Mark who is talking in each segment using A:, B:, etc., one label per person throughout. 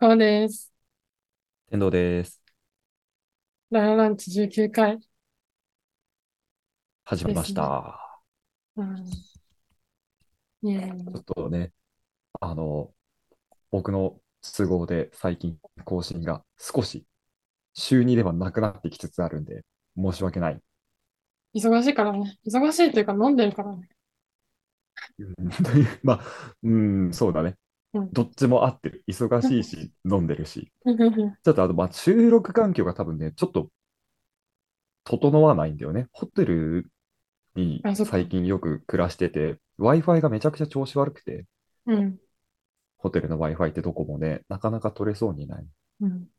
A: そうです。
B: 天童です。
A: ララランチ19回
B: 始まり
A: で
B: ます
A: ね。
B: した。
A: うん。いやいや
B: ちょっとね、あの、僕の都合で最近更新が少し週2ではなくなってきつつあるんで、申し訳ない。
A: 忙しいからね。忙しいというか飲んでる からね。
B: うんまあ、うん、そうだね。
A: うん。
B: どっちも合ってる。忙しいし、飲んでるし。
A: う
B: ちょっとあと、まあ、収録環境が多分ね、ちょっと整わないんだよね。ホテルに
A: あ、そっ
B: 最
A: か。
B: 近よく暮らしてて、Wi-Fi がめちゃくちゃ調子悪くて、
A: うん。
B: ホテルの Wi-Fi ってどこもね、なかなか取れそうにない。
A: うん。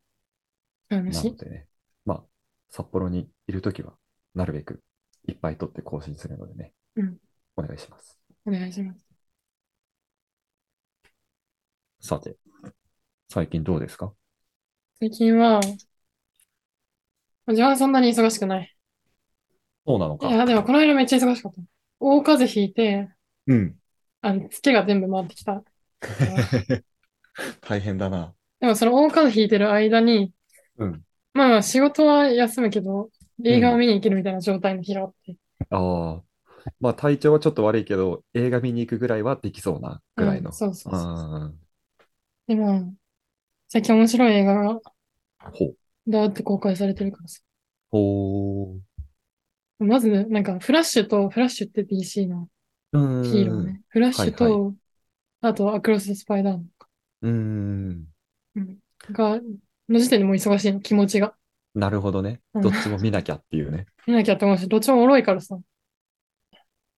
A: 羨ま
B: な
A: し
B: の
A: い。
B: でね、まあ、札幌にいるときは、なるべくいっぱい取って更新するのでね、
A: うん。
B: お願いします。
A: お願いします。
B: さて、最近どうですか
A: 最近は、自分はそんなに忙しくない。
B: そうなの
A: い
B: か。
A: や、でもこの間めっちゃ忙しかった。大風邪ひいて、
B: うん。
A: あの、ツケが全部回ってきたから。
B: 大変だな。
A: でもその大風邪ひいてる間に、
B: うん。
A: まあまあ仕事は休むけど、
B: う
A: 映画を
B: ん。
A: 見に行けるみたいな状態の日があって。
B: ああ。まあ、体調はちょっと悪いけど、映画見に行くぐらいはできそうなぐ
A: う
B: らい
A: ん、
B: の。
A: そうそうそう。
B: うん。
A: でも、最近面白い映画が
B: ほう。
A: だーって公開されてるからさ。
B: ほう。
A: まず、なんか、フラッシュと、フラッシュって DC の
B: う
A: ヒーロー
B: ーん。
A: ね。フラッ
B: は
A: シュ
B: いはい。
A: と、あと、アクロス・スパイダーマンか。
B: うーん。
A: うん。が、の時点でもう忙しいの、気持ちが。
B: なるほどね。
A: うん。
B: どっちも見なきゃっていうね。
A: 見なきゃって思うし、どっちもおもろいからさ。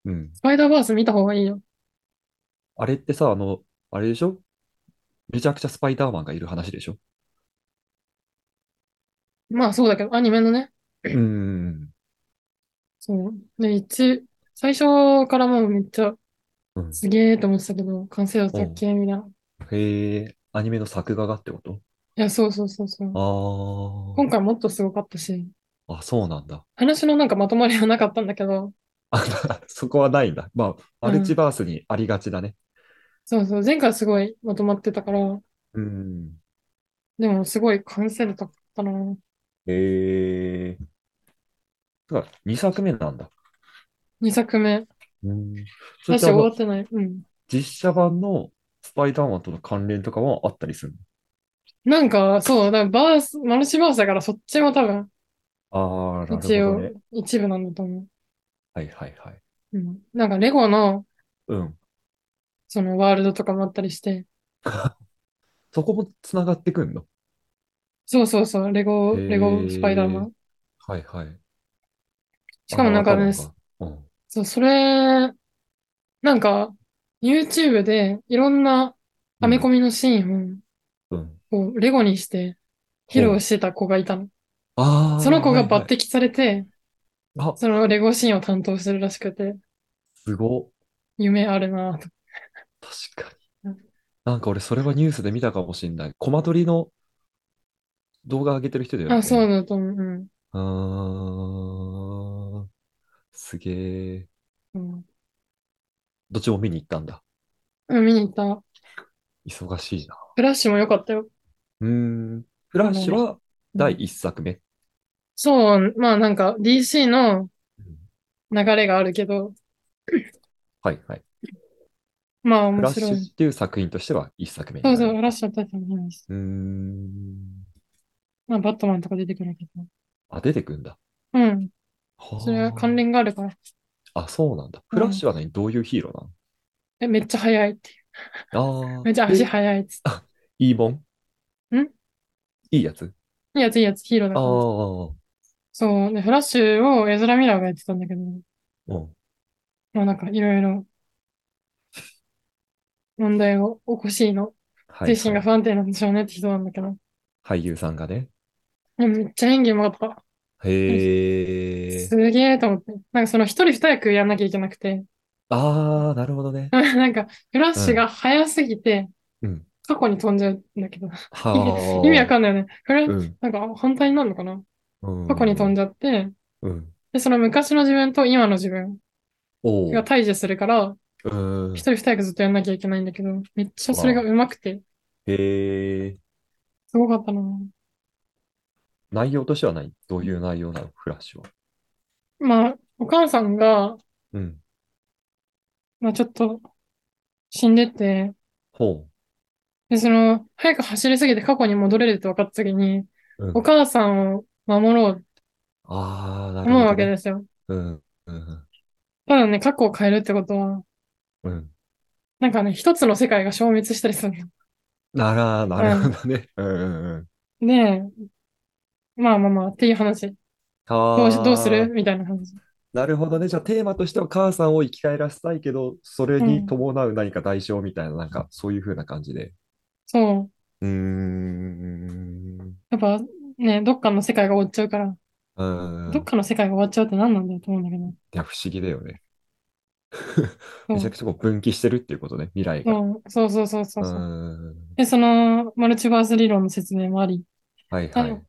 B: うん。
A: スパイダーバース見た方がいいよ。
B: あれってさ、あの、あれでしょめちゃくちゃスパイダーマンがいる話でしょ
A: まあ、そうだけど、アニメのね。
B: うーん。
A: そう。で、一、最初からもうめっちゃ、
B: うん。
A: すげえと思ってたけど、完成度
B: う
A: すっ
B: ん。
A: げえみたいな。い
B: へえ、アニメの作画がってこと
A: や、そうそうそうそう。今
B: あ
A: 回もっとすごかったし、
B: あー、あ、そうなんだ。
A: 話のなんかまとまりはなかったんだけど、
B: あ、 そこはないんだ。まあ、
A: う
B: マルチ
A: ん。
B: バースにありがちだね。
A: そうそう、前回すごいまとまってたから、
B: うん。
A: でもすごい完成度高かったな。
B: へえ。だから2作目なんだ。
A: 2作目。
B: うん。それ
A: 私
B: って
A: 終
B: あ
A: わ
B: の、
A: ってない。うん。
B: 実写版のスパイダーマンとの関連とかはあったりするの
A: なんか、そう、だからバース、マルチバースだからそっちも多分、
B: ああー、なる
A: 一
B: ほど
A: 応、
B: ね。
A: 一部なんだと思
B: はいはいはい。
A: う。うん。なんか、レゴの、
B: うん。
A: その、ワールドとかもあったりして、
B: そこもつながってくんの
A: そうそうそう、レゴ、レゴスパイダー
B: へ
A: マ
B: え。
A: ン。
B: はいはい。
A: し
B: あ
A: かも
B: の
A: なんか
B: 頭
A: ね、
B: が。うん。
A: そう、それ、なんか、YouTube で、いろんな、
B: う
A: アメコ
B: ん。
A: ミのシーンを、
B: うん。
A: こう、レゴにして、披露
B: ほう。
A: してた子がいたの。その
B: ああ、
A: 子
B: は
A: が
B: いは
A: 抜
B: い。
A: 擢されて、
B: あ、
A: そのレゴシーンを担当してるらしくて、
B: すご。
A: 夢あるなぁと。
B: 確かに。
A: うん
B: なんか俺、それはニュースで見たかもしれない。コマ撮りの動画上げてる人だよ
A: あ、そう
B: ね。
A: だと思う。うん。
B: うーん。すげえ。
A: うん
B: どっちも見に行ったんだ。
A: うん見に行った。
B: 忙しいな。
A: フラッシュも良かったよ。
B: うーん。フラ
A: あ
B: ッシュ
A: の、
B: は
A: う
B: 第
A: ん。
B: 一作目。
A: そう、まあなんか DC の
B: うん
A: 流れがあるけど、
B: はいはい。
A: まあ
B: フ
A: 面
B: ラッ
A: 白
B: シュっ
A: い。
B: ていう作品としては一作目に
A: そう
B: な
A: そう、
B: る
A: フ
B: ん
A: ラッ
B: だ。
A: シュは大したもないです。
B: うーん。
A: まあバットマンとか出てくるけど。
B: あ、出てくんだ。
A: うん。それは関
B: は
A: 連があるから。
B: あ。あ、そうなんだ。
A: う
B: フラッ
A: ん。
B: シュは何どういうヒーローな
A: え、めっちゃ速いっていう。
B: のあ
A: めっちゃ
B: あー。
A: 足
B: え、
A: 速いっつっ
B: あ、いいもん
A: て。ん
B: いいやつ
A: いいやついいやつ、ヒーローだ
B: あ
A: から。
B: あー。
A: そう。で、フラッシュをエズラ・ミラーがやってたんだけど、
B: うん。
A: まあなんかいろいろ問題を起こしの、
B: はい
A: 精神が
B: はい。
A: 不安定なんでしょうねって人なんだけど。
B: 俳優さんがね。
A: でもめっちゃ演技うまかった。
B: へえ。
A: すげえと思って。なんかその一人二役やんなきゃいけなくて。
B: ああ、なるほどね。
A: なんか、フラッ
B: う
A: シュ
B: ん。
A: が早すぎて、
B: うん。
A: 過去に飛んじゃうんだけど。意味意味わ
B: はあ。
A: かんないよね。これ、
B: うん。
A: なんか反対になるのかな
B: う
A: 過去に飛ん
B: ん。
A: じゃって、
B: うん。
A: で、その昔の自分と今の自分
B: お
A: が
B: う。
A: 対峙するから、
B: う
A: 一
B: ん。
A: 人二役ずっとやんなきゃいけないんだけど、めっちゃそれが
B: わあ。
A: 上手くて。
B: へえ。
A: すごかったな。
B: 内容としてはない。どういう内容なのフラッシュは。
A: まあ、お母さんが、
B: うん。
A: まあちょっと死んでて、
B: ほ
A: で、その、早く走りすぎて過去に戻れるって分かった時に、
B: う。うん
A: お母さんを守ろうって
B: ああ、なる
A: 思う
B: ほ
A: わ
B: ど
A: け
B: ね。
A: ですよ。
B: うん。うん。
A: ただね、過去を変えるってことは、
B: うん。
A: なんかね、一つの世界が消滅したりするのよ。
B: なら、なるほどね。うんうんうん。
A: で、まあまあまあ、っていう話。どうし、どうす
B: あ
A: る
B: ー
A: みたいな話。
B: なるほどね。じゃあテーマとしては母さんを生き返らせたいけど、それに伴う何か代償みたいな、なんかそういう風な感じで。
A: そう。
B: うーん。
A: やっぱね、どっかの世界が終わっちゃうから、
B: うん。
A: どっかの世界が終わっちゃうって何なんだよと思うんだけど。
B: いや、不思議だよね。
A: そう
B: めちゃくちゃこう分岐してるっていうことね、未来が。
A: そうそうそうそう
B: う
A: そう。
B: ん。
A: で、その、マルチバース理論の説明もあり、
B: はいは
A: あの
B: い。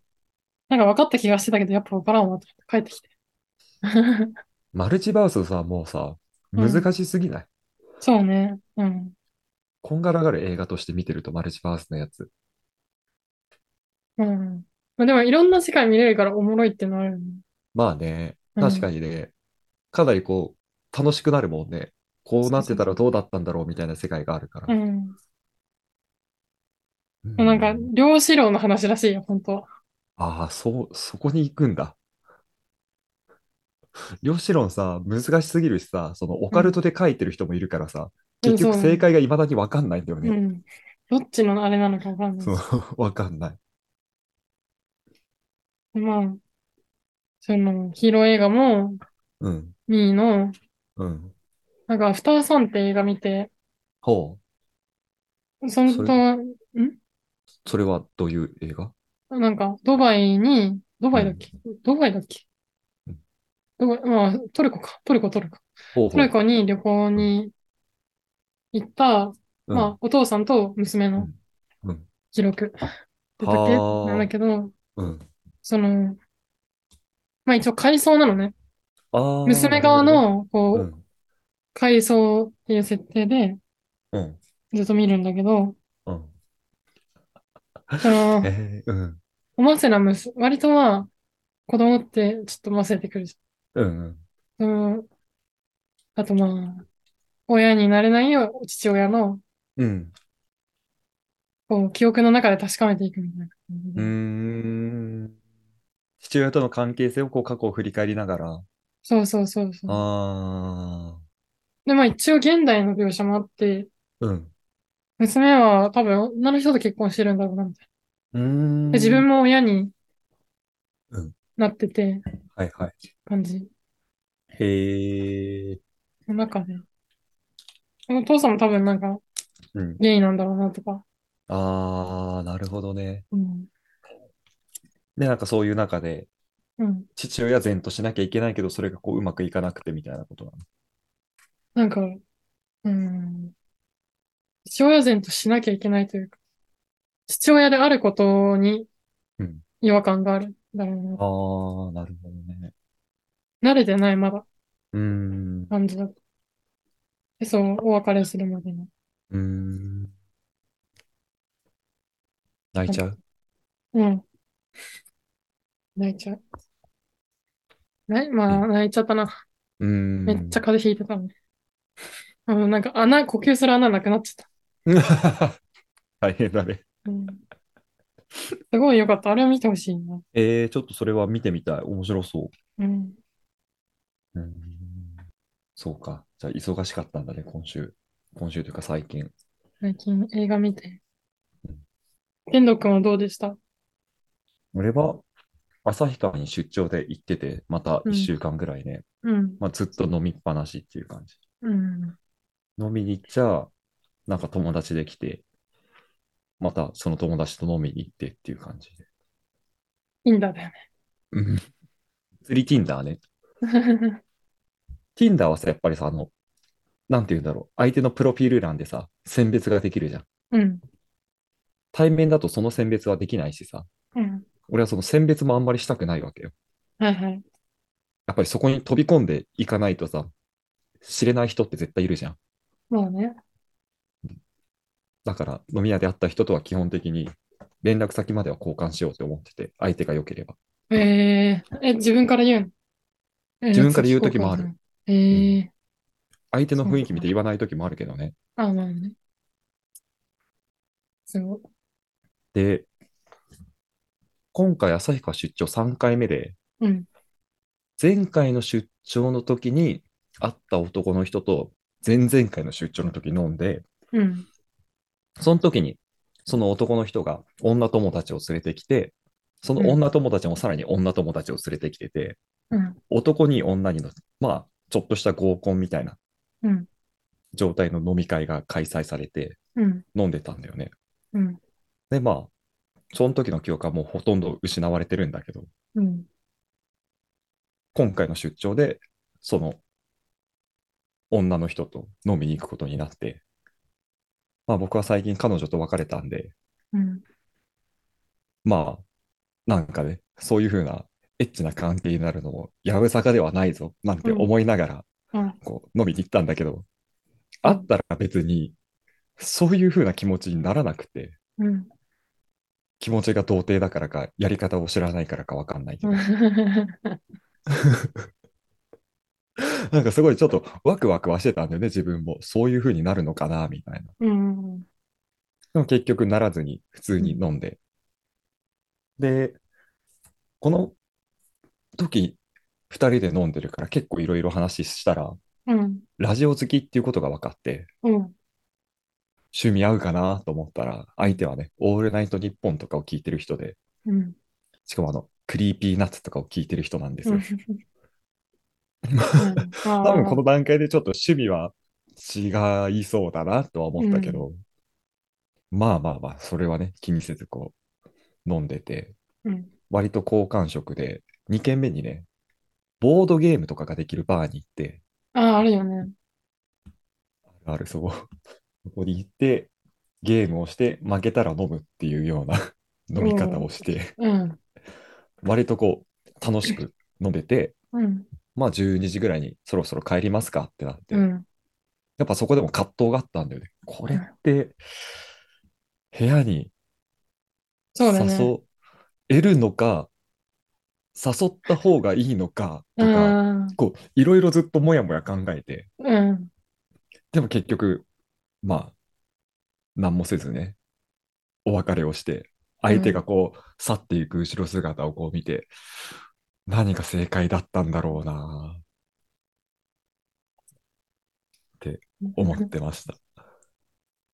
A: なんか分かった気がしてたけど、やっぱ分からんわと思って帰っ てきて。
B: マルチバースさ、もうさ、
A: うん
B: 難しすぎない。
A: そうね。うん。
B: こんがらがる映画として見てると、マルチバースのやつ。
A: うん。まあ、でもいろんな世界見れるからおもろいってのはあるよね。
B: まあね、
A: うん
B: 確かにね、かなりこう、楽しくなるもんね。こうなってたらどうだったんだろうみたいな世界があるか
A: う
B: ら。
A: ん。
B: うん
A: なんか、量子論の話らしいよ、本当は。
B: ああ、そう、そこに行くんだ。量子論さ、難しすぎるしさ、そのオカルトで書いてる人もいるからさ、
A: うん
B: 結局
A: そうね
B: 正解がいまだにわかんないんだよ
A: う
B: ね。
A: ん。どっちのあれなのか分かんない
B: そう、わかんない。
A: し。まあ、その、ヒーロー映画も、
B: うん、
A: ミーの、
B: うん。
A: なんか、アフターサンって映画見て、
B: ほ
A: その
B: それ
A: と、
B: う。それはどういう映画
A: なんか、ドバイに、ドバイだっけドバイだっけ
B: うん
A: ドバイ、まあ、トルコか。トルコ、トルコ。
B: ほう
A: トルコに旅行に行った、
B: ほう。
A: まあ、お父さんと娘の
B: うん、うん、
A: 記録出たっけ
B: はあ
A: なんだけど、
B: うん。
A: その、まあ一応階層なのね。
B: ああ、
A: 娘側の、こ
B: う
A: う、
B: ん、
A: 階層っていう設定で
B: うん、
A: ずっと見るんだけ ど、
B: うん。
A: その、
B: えー、うん、
A: おませな娘、割とまあ、子供ってちょっとませてくるじ
B: うん、
A: ゃ
B: うん。
A: ん。うん。あとまあ、親になれないよう父親の、
B: うん。
A: こう、記憶の中で確かめていくみたいな感じ
B: う
A: で。
B: ーん。父親との関係性をこう過去を振り返りながら。
A: そうそうそうそう。
B: ああ、
A: で、まあ一応現代の描写もあって、
B: うん。
A: 娘は多分女の人と結婚してるんだろうな、みたいな。
B: うーん。
A: で自分も親に
B: うん
A: なってて、
B: はいはい。
A: 感じ
B: へえ。
A: の中で。お父さんも多分なんか
B: うん。
A: ゲイなんだろうなとか。
B: ああ、なるほどね。
A: うん。
B: で、なんかそういう中で、
A: うん。
B: 父親善としなきゃいけないけど、それがこううまくいかなくてみたいなことな
A: な
B: の。
A: んか、うん。父親善としなきゃいけないというか、父親であることに
B: うん
A: 違和感があるんだろう
B: ああ、なるほどね。
A: な。慣れてないまだ
B: うーん。う
A: 感じだと。で、そう、お別れするまでの。
B: ーん。泣いちゃう
A: うん。泣いちゃう。ない、まあ、泣いちゃったな。
B: うーん。
A: めっちゃ風邪ひいてたね。うん、なんか穴、呼吸する穴なくなっちゃっ
B: 大変だね。
A: た。うん、すごいよかった。あれを見てほしいな。
B: えー、ちょっとそれは見てみたい。面白そ
A: うん。
B: う。うーん。そうか。じゃあ、忙しかったんだね、今週。今週というか最近。
A: 最近映画見て
B: うん。
A: 天童くんはどうでした
B: 俺は、旭川に出張で行ってて、また
A: うん
B: 1週間ぐらいね、
A: うん。
B: まあ、ずっと飲みっぱなしっていう感じ。
A: うん。
B: 飲みに行っちゃ、なんか友達で来て、またその友達と飲みに行ってっていう感じで。
A: いいんだ だよ
B: うん。釣り Tinder ね。
A: ね。
B: Tinder はさ、やっぱりさ、あの、なんて言うんだろう。相手のプロフィール欄でさ、選別ができるじゃん。
A: うん。
B: 対面だとその選別はできないしさ、
A: うん。
B: 俺はその選別もあんまりしたくないわけよ。
A: はいはい。
B: やっぱりそこに飛び込んでいかないとさ、知れない人って絶対いるじゃん。
A: まあね。
B: だから、飲み屋で会った人とは基本的に連絡先までは交換しようって思ってて、相手が良ければ。
A: えー、え、自分から言うの
B: 自分から言う時もある。
A: えー、
B: 相手の雰囲気見て言わない時もあるけどね。
A: あ、まあね。すごい。
B: で、今回、旭川出張3回目で、
A: うん。
B: 前回の出張の時に会った男の人と、前々回の出張の時飲んで、
A: うん。
B: その時に、その男の人が女友達を連れてきて、その女友達もさらに女友達を連れてきてて、
A: うん。
B: 男に女にの、まあ、ちょっとした合コンみたいな
A: うん。
B: 状態の飲み会が開催されて、
A: うん。
B: 飲んでたんだよね。
A: うん。
B: で、まあ、その時の記憶はもうほとんど失われてるんだけど、
A: うん。
B: 今回の出張で、その、女の人と飲みに行くことになって、まあ僕は最近彼女と別れたんで、
A: うん。
B: まあ、なんかね、そういうふうなエッチな関係になるのもやぶさかではないぞ、なんて思いながら、
A: あ、
B: こう、飲みに行ったんだけど、あったら別に、そういうふうな気持ちにならなくて、
A: うん。
B: 気持ちが童貞だからか、やり方を知らないからかわかんないけ
A: う
B: ど、
A: ん。
B: なんかすごいちょっとワクワクはしてたんだよね、自分も。そういうふうになるのかな、みたいな。
A: うん。
B: でも結局ならずに普通に飲んで。で、この時、二人で飲んでるから結構いろいろ話したら、
A: うん。
B: ラジオ好きっていうことが分かって、
A: うん。
B: 趣味合うかなと思ったら、相手はね、オールナイトニッポンとかを聞いてる人で、
A: うん。
B: しかもあの、クリーピーナッツとかを聞いてる人なんです
A: う
B: よ
A: ん。。多
B: 多分この段階でちょっと趣味は違いそうだなとは思ったけど、まあまあまあ、それはね、気にせずこう、飲んでて、
A: うん。
B: 割と好感触で、2軒目にね、ボードゲームとかができるバーに行って、
A: あ、あるよね。
B: ある、そこ、そ こに行って、ゲームをして、負けたら飲むっていうような飲み方をして、
A: うん。
B: 割とこう、楽しく飲んでて、
A: うん。
B: まあ12時ぐらいにそろそろ帰りますかってなって、
A: うん。
B: やっぱそこでも葛藤があったんだよね。これって、部屋に
A: そうだね。
B: 誘えるのか、誘った方がいいのかとか、こう、いろいろずっともやもや考えて、
A: うん。
B: でも結局、まあ、何もせずね、お別れをして、相手がこう、去っていく後ろ姿をこう見て、何が正解だったんだろうなぁ思ってました。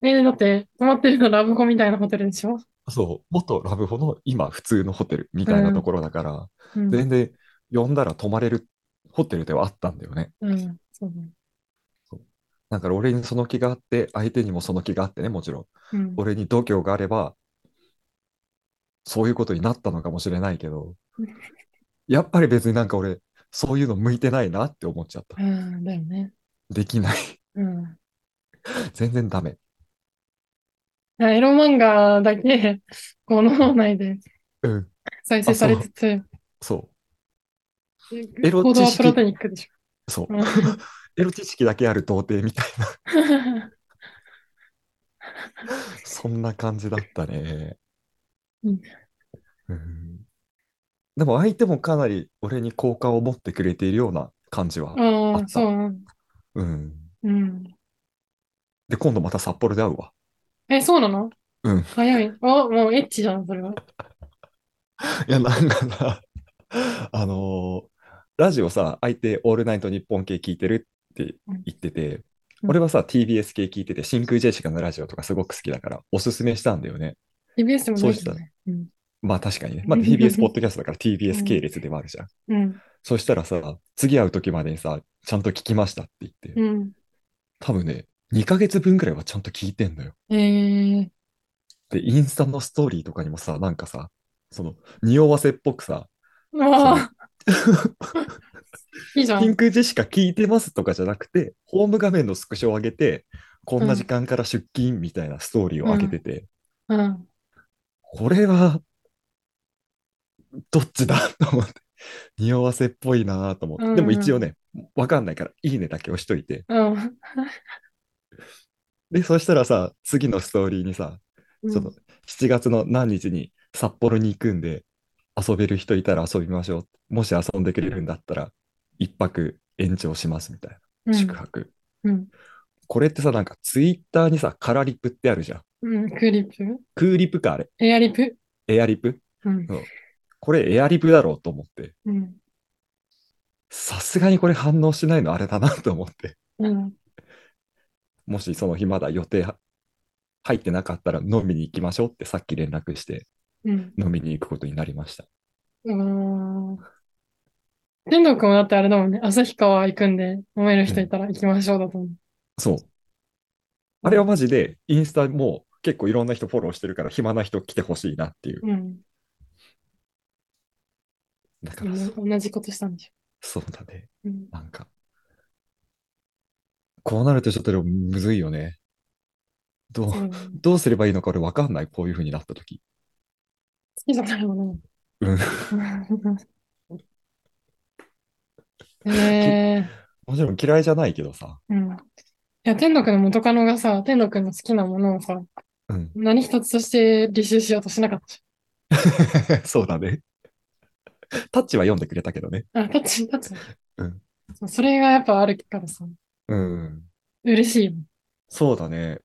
A: え、だって、泊まってるのラブホみたいなホテルでしょ
B: そう、元ラブホの今普通のホテルみたいなところだから、
A: うん。
B: 全然呼んだら泊まれるホテルではあったんだよね。
A: うん。そうだね。
B: だから俺にその気があって、相手にもその気があってね、もちろん。
A: うん。
B: 俺に度胸があれば、そういうことになったのかもしれないけ ど
A: うん、
B: やっぱり別になんか俺、そういうの向いてないなって思っちゃった。
A: うん。だよね。
B: できない。
A: うん。
B: 全然ダメ。
A: いやエロ漫画だけ、 この脳内で
B: うん。
A: 再生されてて、
B: そ
A: え
B: エロ
A: 行動
B: 知
A: は
B: 識
A: プロテニックでし
B: う。そう。
A: ょ。うん
B: エロ知識だけある童貞みたいな、そんな感じだったね。
A: うん
B: うん。でも相手もかなり俺に好感を持ってくれているような感じは。
A: あ
B: あった
A: あ、そう。
B: うん。
A: うん。
B: で、今度また札幌で会うわ。
A: え、そうなの
B: うん
A: 早い。あ、もうエッチじゃん、それは。
B: いや、なんかさ、 あのーラジオさ、相手、オールナイト日本系聞いてるって言ってて、
A: うん
B: 俺はさ、TBS 系聞いてて、真空ジェシカのラジオとかすごく好きだから、おすすめしたんだよね。
A: TBS も
B: そう
A: ね
B: したら
A: うん。
B: まあ確かにね。まあ TBS ポッドキャストだから TBS 系列でもあるじゃん。
A: うん。
B: そしたらさ、次会う時までにさ、ちゃんと聞きましたって言って、
A: うん。
B: 多分ね、2ヶ月分ぐらいはちゃんと聞いてんだよ。
A: えー、
B: で、インスタのストーリーとかにもさ、なんかさ、その、匂わせっぽくさ、
A: うわ ーいいじゃん。
B: 真空ジェシカ聞いてますとかじゃなくて、ホーム画面のスクショを上げて、こんな時間から出勤みたいなストーリーを上げてて、
A: うん。
B: これは、どっちだ と思って、匂わせっぽいなと思って、
A: うんうん
B: でも一応ね、わかんないから、いいねだけ押しといて、
A: うん。
B: で、そしたらさ、次のストーリーにさ、
A: うん
B: その7月の何日に札幌に行くんで、遊べる人いたら遊びましょう。もし遊んでくれるんだったら、一泊延長しますみたい
A: うん
B: な、宿泊。
A: うん。
B: これってさ、なんかツイッターにさ、カラリップってあるじゃん。
A: うん。クリップ
B: クーリップか、あれ。
A: エアリップ
B: エアリップ
A: うん。
B: これエアリップだろうと思って、
A: うん。
B: さすがにこれ反応しないのあれだなと思って。
A: うん。
B: もしその日まだ予定は入ってなかったら飲みに行きましょうってさっき連絡して
A: うん。
B: 飲みに行くことになりました。
A: うん。天童くんはだってあれだもんね。旭川行くんで、飲める人いたら行きましょうだと思う。
B: そう。あれはマジでインスタもう結構いろんな人フォローしてるから暇な人来てほしいなっていう。
A: うん。
B: だからそ
A: 同じことしたんでし
B: そうだね。
A: ょ。うん。
B: なんか。こうなるとちょっとでもむずいよね。どう、
A: そう好
B: どうすればいいのか俺わかんない。こういう風になった時。
A: きじゃないも
B: うん。
A: の。ね
B: もちろん嫌いじゃないけどさ。
A: え。うん。いや、天童くんの元カノがさ、天童くんの好きなものをさ、
B: うん。
A: 何一つとして履修しようとしなかったじ
B: そうだね。タッチは読んでくれたけどね。
A: ゃん。あ、タッチ、タッチ。
B: うん
A: そう。それがやっぱあるからさ、
B: うん。
A: 嬉しいよ。
B: そうだね。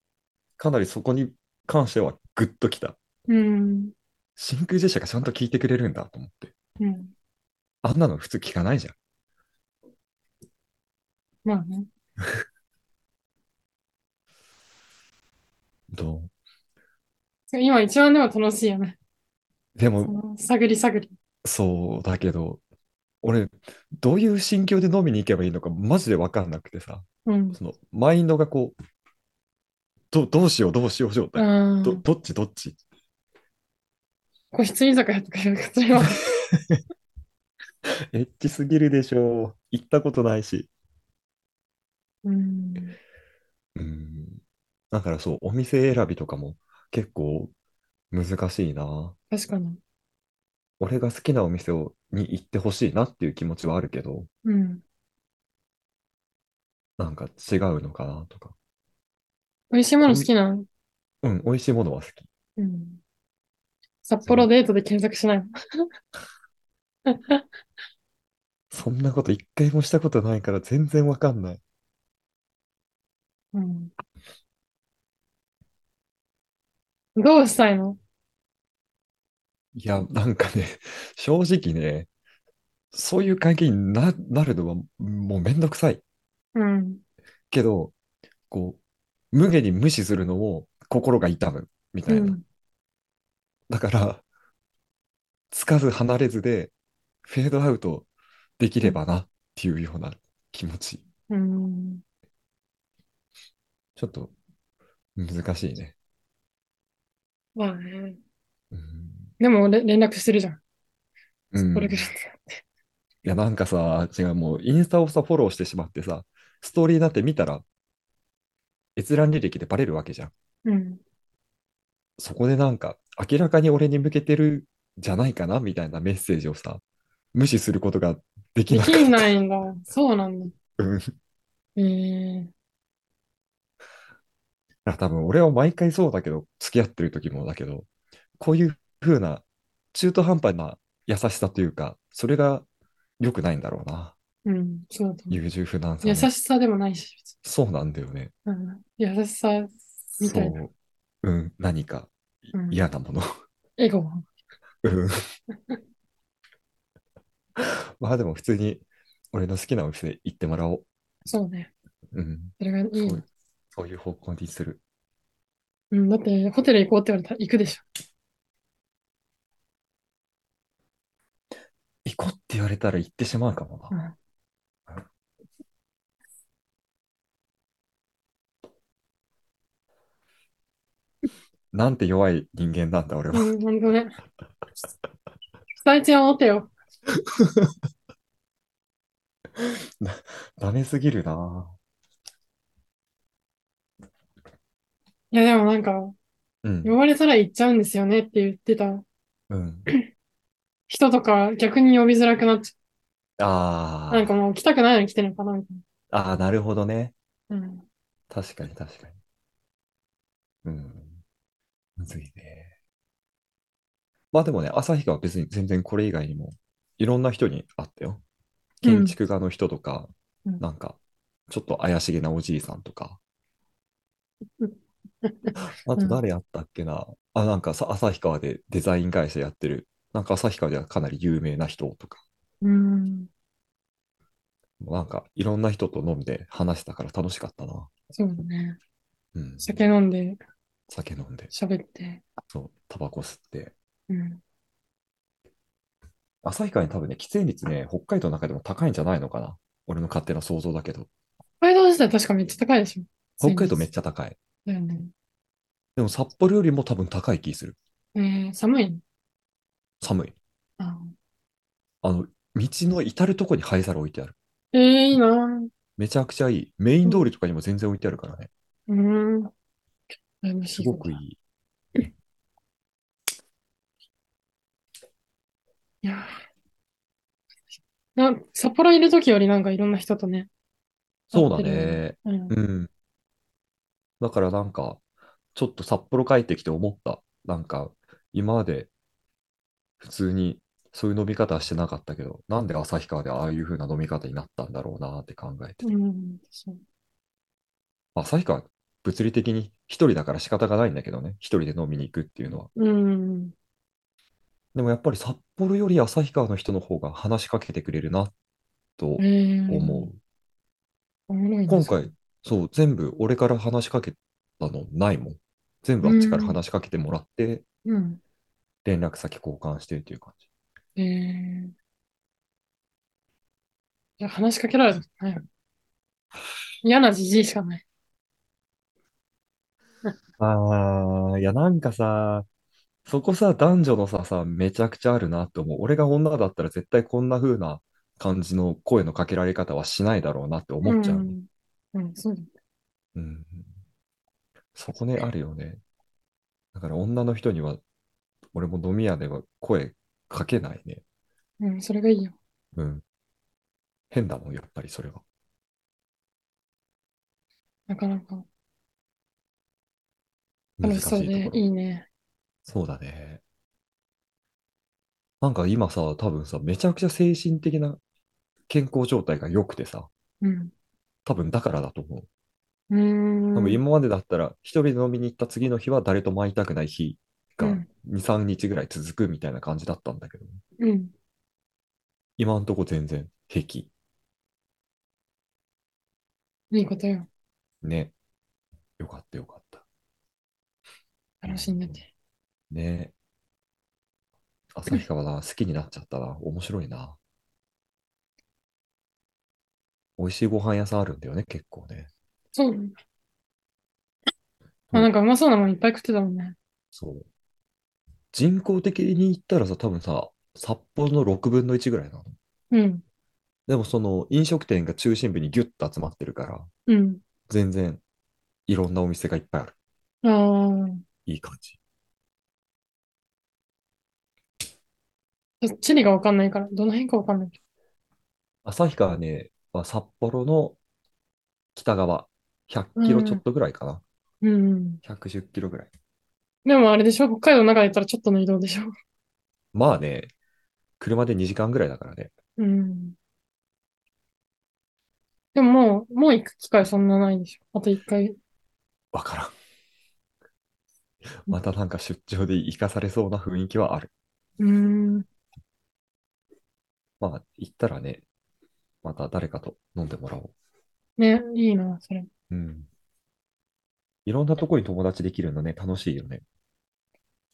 B: かなりそこに関してはグッときた。
A: うん。
B: 真空ジェシカがちゃんと聞いてくれるんだと思って。
A: うん。
B: あんなの普通聞かないじゃん。
A: まあね。
B: ど
A: 今一番でも楽しいよね。
B: うで
A: そ
B: も、
A: の探り探り。
B: そうだけど、俺、どういう心境で飲みに行けばいいのかマジでわかんなくてさ、
A: うん。
B: そのマインドがこう、どどうしようどうしよう状態。
A: あ
B: どどっちどっち
A: 個室居酒屋とかやるかそ れは。
B: エッチすぎるでしょう。行ったことないし。
A: うん。
B: うん。だからそう、お店選びとかも結構難しいな。
A: 確かに。
B: 俺が好きなお店をに行ってほしいなっていう気持ちはあるけど、
A: うん。
B: なんか違うのかなとか。
A: 美味しいもの好きなの
B: うん、美味しいものは好き。
A: うん。札幌デートで検索しないの。
B: そんなこと一回もしたことないから全然わかんない。
A: うん。どうしたいの
B: いや、なんかね、 正直ね、そういう関係にな、なるのはもうめんどくさい。
A: うん。
B: けど、こう、無下に無視するのを心が痛むみた
A: う
B: いな。
A: ん。
B: だから、つかず離れずで、フェードアウトできればなっていうような気持ち。
A: うん。
B: ちょっと難しいね。
A: まあね。
B: うん。
A: でもれ連絡してるじゃん。
B: うん
A: これぐ
B: い
A: らい
B: や、なんかさ、違う、もうインスタをさ、フォローしてしまってさ、ストーリーだって見たら、閲覧履歴でバレるわけじゃん。
A: で。うん。
B: そこでなんか、明らかに俺に向けてるじゃないかなみたいなメッセージをさ、無視することができ
A: で
B: なかっ
A: き
B: た。
A: ないんだ。そうなんだ。
B: うん。
A: ええ
B: あ多分俺は毎回そうだけど、付き合ってる時もだけど、こういう風な中途半端な優しさというか、それが良くないんだろうな。
A: うん。そうだと思う。
B: 優柔不断さ
A: 優し
B: ね。
A: さでもないし、別
B: そうなんだよね。
A: にうん。優しさみたいな。
B: そう。うん、何か
A: うん
B: 嫌なもの。
A: エゴは。
B: うん。 まあでも普通に俺の好きなお店行ってもらおう。
A: そうね。
B: うん。
A: それがいい
B: そ
A: よ
B: う。そういう方向にする。
A: うん。だって、ホテル行こうって言われたら行くで しょ。
B: 行こうって言われたら行ってしまうかもな。なんて弱い人間なんだ俺は。
A: うん、ほんとね。伝えちゃおうてよ。
B: ダメすぎるない
A: や、でもなんか、
B: うん。
A: 呼ばれたら行っちゃうんですよねって言ってた
B: うん。
A: 人とか逆に呼びづらくなっちゃ
B: あ
A: う。なん
B: ー
A: かもう来たくないのに来てるのかなみたい
B: あー、なるほどね。
A: な。うん。
B: 確かに確かに。うん。むずいね。まあでもね、旭川は別に全然これ以外にも、いろんな人に会ったよ。
A: うん
B: 建築家の人とか、
A: うん
B: なんか、ちょっと怪しげなおじいさん とか。あと誰やったっけな。あ、なんかさ、旭川でデザイン会社やってる。なんか旭川ではかなり有名な人とか。
A: うん。
B: なんか、いろんな人と飲んで話したから楽しかったな。
A: そうだね。
B: うん。
A: 酒飲んで
B: 酒飲んで、
A: 喋って。
B: そう、タバコ吸って。
A: うん。
B: 旭川に多分ね、喫煙率ね、北海道の中でも高いんじゃないのかな。俺の勝手な想像だけど。
A: 北海道自体確かめっちゃ高いでしょ。
B: 北海道めっ
A: ち
B: ちゃ高い。
A: ゃ。だよね。
B: でも札幌よりも多分高い気する。
A: えー、寒いの
B: 寒い。
A: あ
B: あの、道の至るとこに灰皿置いてある。
A: ーえー、いいなぁ
B: めちゃくちゃいい。メイン通りとかにも全然置いてあるからね。
A: うん。羨ましい
B: すごくいい。
A: いやーな、札幌いるときよりなんかいろんな人とね。
B: そうだ
A: 合ってるよ
B: ね。
A: うん。
B: うん。だからなんか、ちょっと札幌帰ってきて思った。なんか、今まで普通にそういう飲み方はしてなかったけど、なんで旭川でああいう風な飲み方になったんだろうなって考えてて。
A: うん、そう。
B: まあ旭川、物理的に一人だから仕方がないんだけどね。一人で飲みに行くっていうのは。
A: うん。
B: でもやっぱり札幌より旭川の人の方が話しかけてくれるなと
A: えー、
B: 思。
A: おもろいうね
B: 今回、そう、全部俺から話しかけたのないもん。全部あっちから話しかけてもらって、
A: うん。
B: 連絡先交換してっていう感
A: え
B: じ。
A: ー、いや、話しかけられたことないよ。嫌なじじいしかない。
B: ああ、いやなんかさ、そこさ、男女の差さ、めちゃくちゃあるなって思う。俺が女だったら絶対こんな風な感じの声のかけられ方はしないだろうなって思っちゃう。
A: ん。うん、そうだ。
B: うん。そこね、あるよね。だから女の人には、俺も飲み屋では声かけないね。
A: うん、それがいいよ。
B: うん。変だもん、やっぱりそれは。
A: なかなか
B: 難
A: 楽
B: し
A: しそう
B: いと
A: で
B: ころ。
A: いいね。
B: そうだね。なんか今さ、多分さ、めちゃくちゃ精神的な健康状態が良くてさ、
A: うん。
B: 多分だからだと思う。
A: うー
B: 多分
A: ん。
B: 今までだったら、一人で飲みに行った次の日は誰とも会いたくない日
A: う
B: が
A: ん
B: 2、3日ぐらい続くみたいな感じだったんだけど、
A: うん。
B: 今んとこ全然平気。
A: いいことよ。
B: ね。よかったよかった。
A: 楽しんでて。
B: ね。旭川な、好きになっちゃったな。面白いな。美味しいご飯屋さんあるんだよね、結構ね。
A: そう。まあ、なんかうまそうなもんいっぱい食ってたもんね。
B: そう。人口的に言ったらさ、多分さ、札幌の6分の1ぐらいなの。
A: うん。
B: でもその飲食店が中心部にギュッと集まってるから、
A: うん。
B: 全然いろんなお店がいっぱいある。
A: ああ。
B: いい感じ。
A: ちょ地理がわかんないから、どの辺かわかんないけ
B: 旭川ね、まあ札幌の北側、100キロちょっとぐらいかな。
A: ど。うん。
B: 110キロぐらい。
A: でもあれでしょ北海道の中で言ったらちょっとの移動でしょ
B: まあね、車で2時間ぐらいだからね。
A: うん。でももう、もう行く機会そんなないでしょあと一回。
B: わからん。またなんか出張で行かされそうな雰囲気はある。
A: うん。
B: まあ、行ったらね、また誰かと飲んでもらお
A: ね、いいな、それ。
B: う。うん。いろんなとこに友達できるのね、楽しいよね。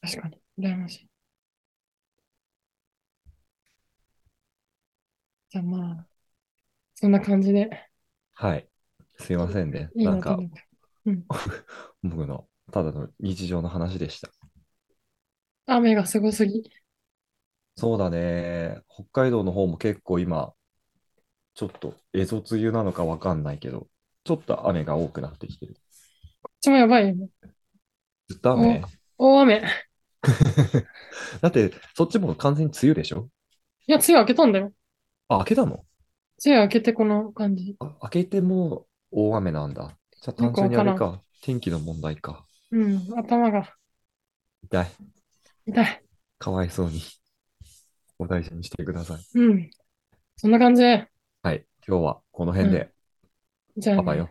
A: 確かに。羨ましい。じゃあまあ、そんな感じで。
B: はい。すいませんね。
A: いい
B: なん
A: な
B: か
A: と、思った
B: 僕のただの日常の話でした。
A: 雨がすごすぎ。
B: そうだね。北海道の方も結構今、ちょっと、蝦夷梅雨なのかわかんないけど、ちょっと雨が多くなってきてる。
A: こっちもやばいよね。
B: ずっと雨。
A: 大雨。い
B: だって、そっちも完全に梅雨でしょ
A: や、梅雨明けたんだよ。
B: あ、明けたの
A: 梅雨明けてこの感じ。
B: あ、明けても大雨なんだ。じゃあ単純にあれか、天気の問題か。
A: うん、頭が
B: 痛い。
A: 痛い。
B: かわいそうに。お大事にしてください。
A: うん。そんな感じ。
B: はい。今日はこの辺で。
A: じゃあ
B: パ
A: ね
B: パよ。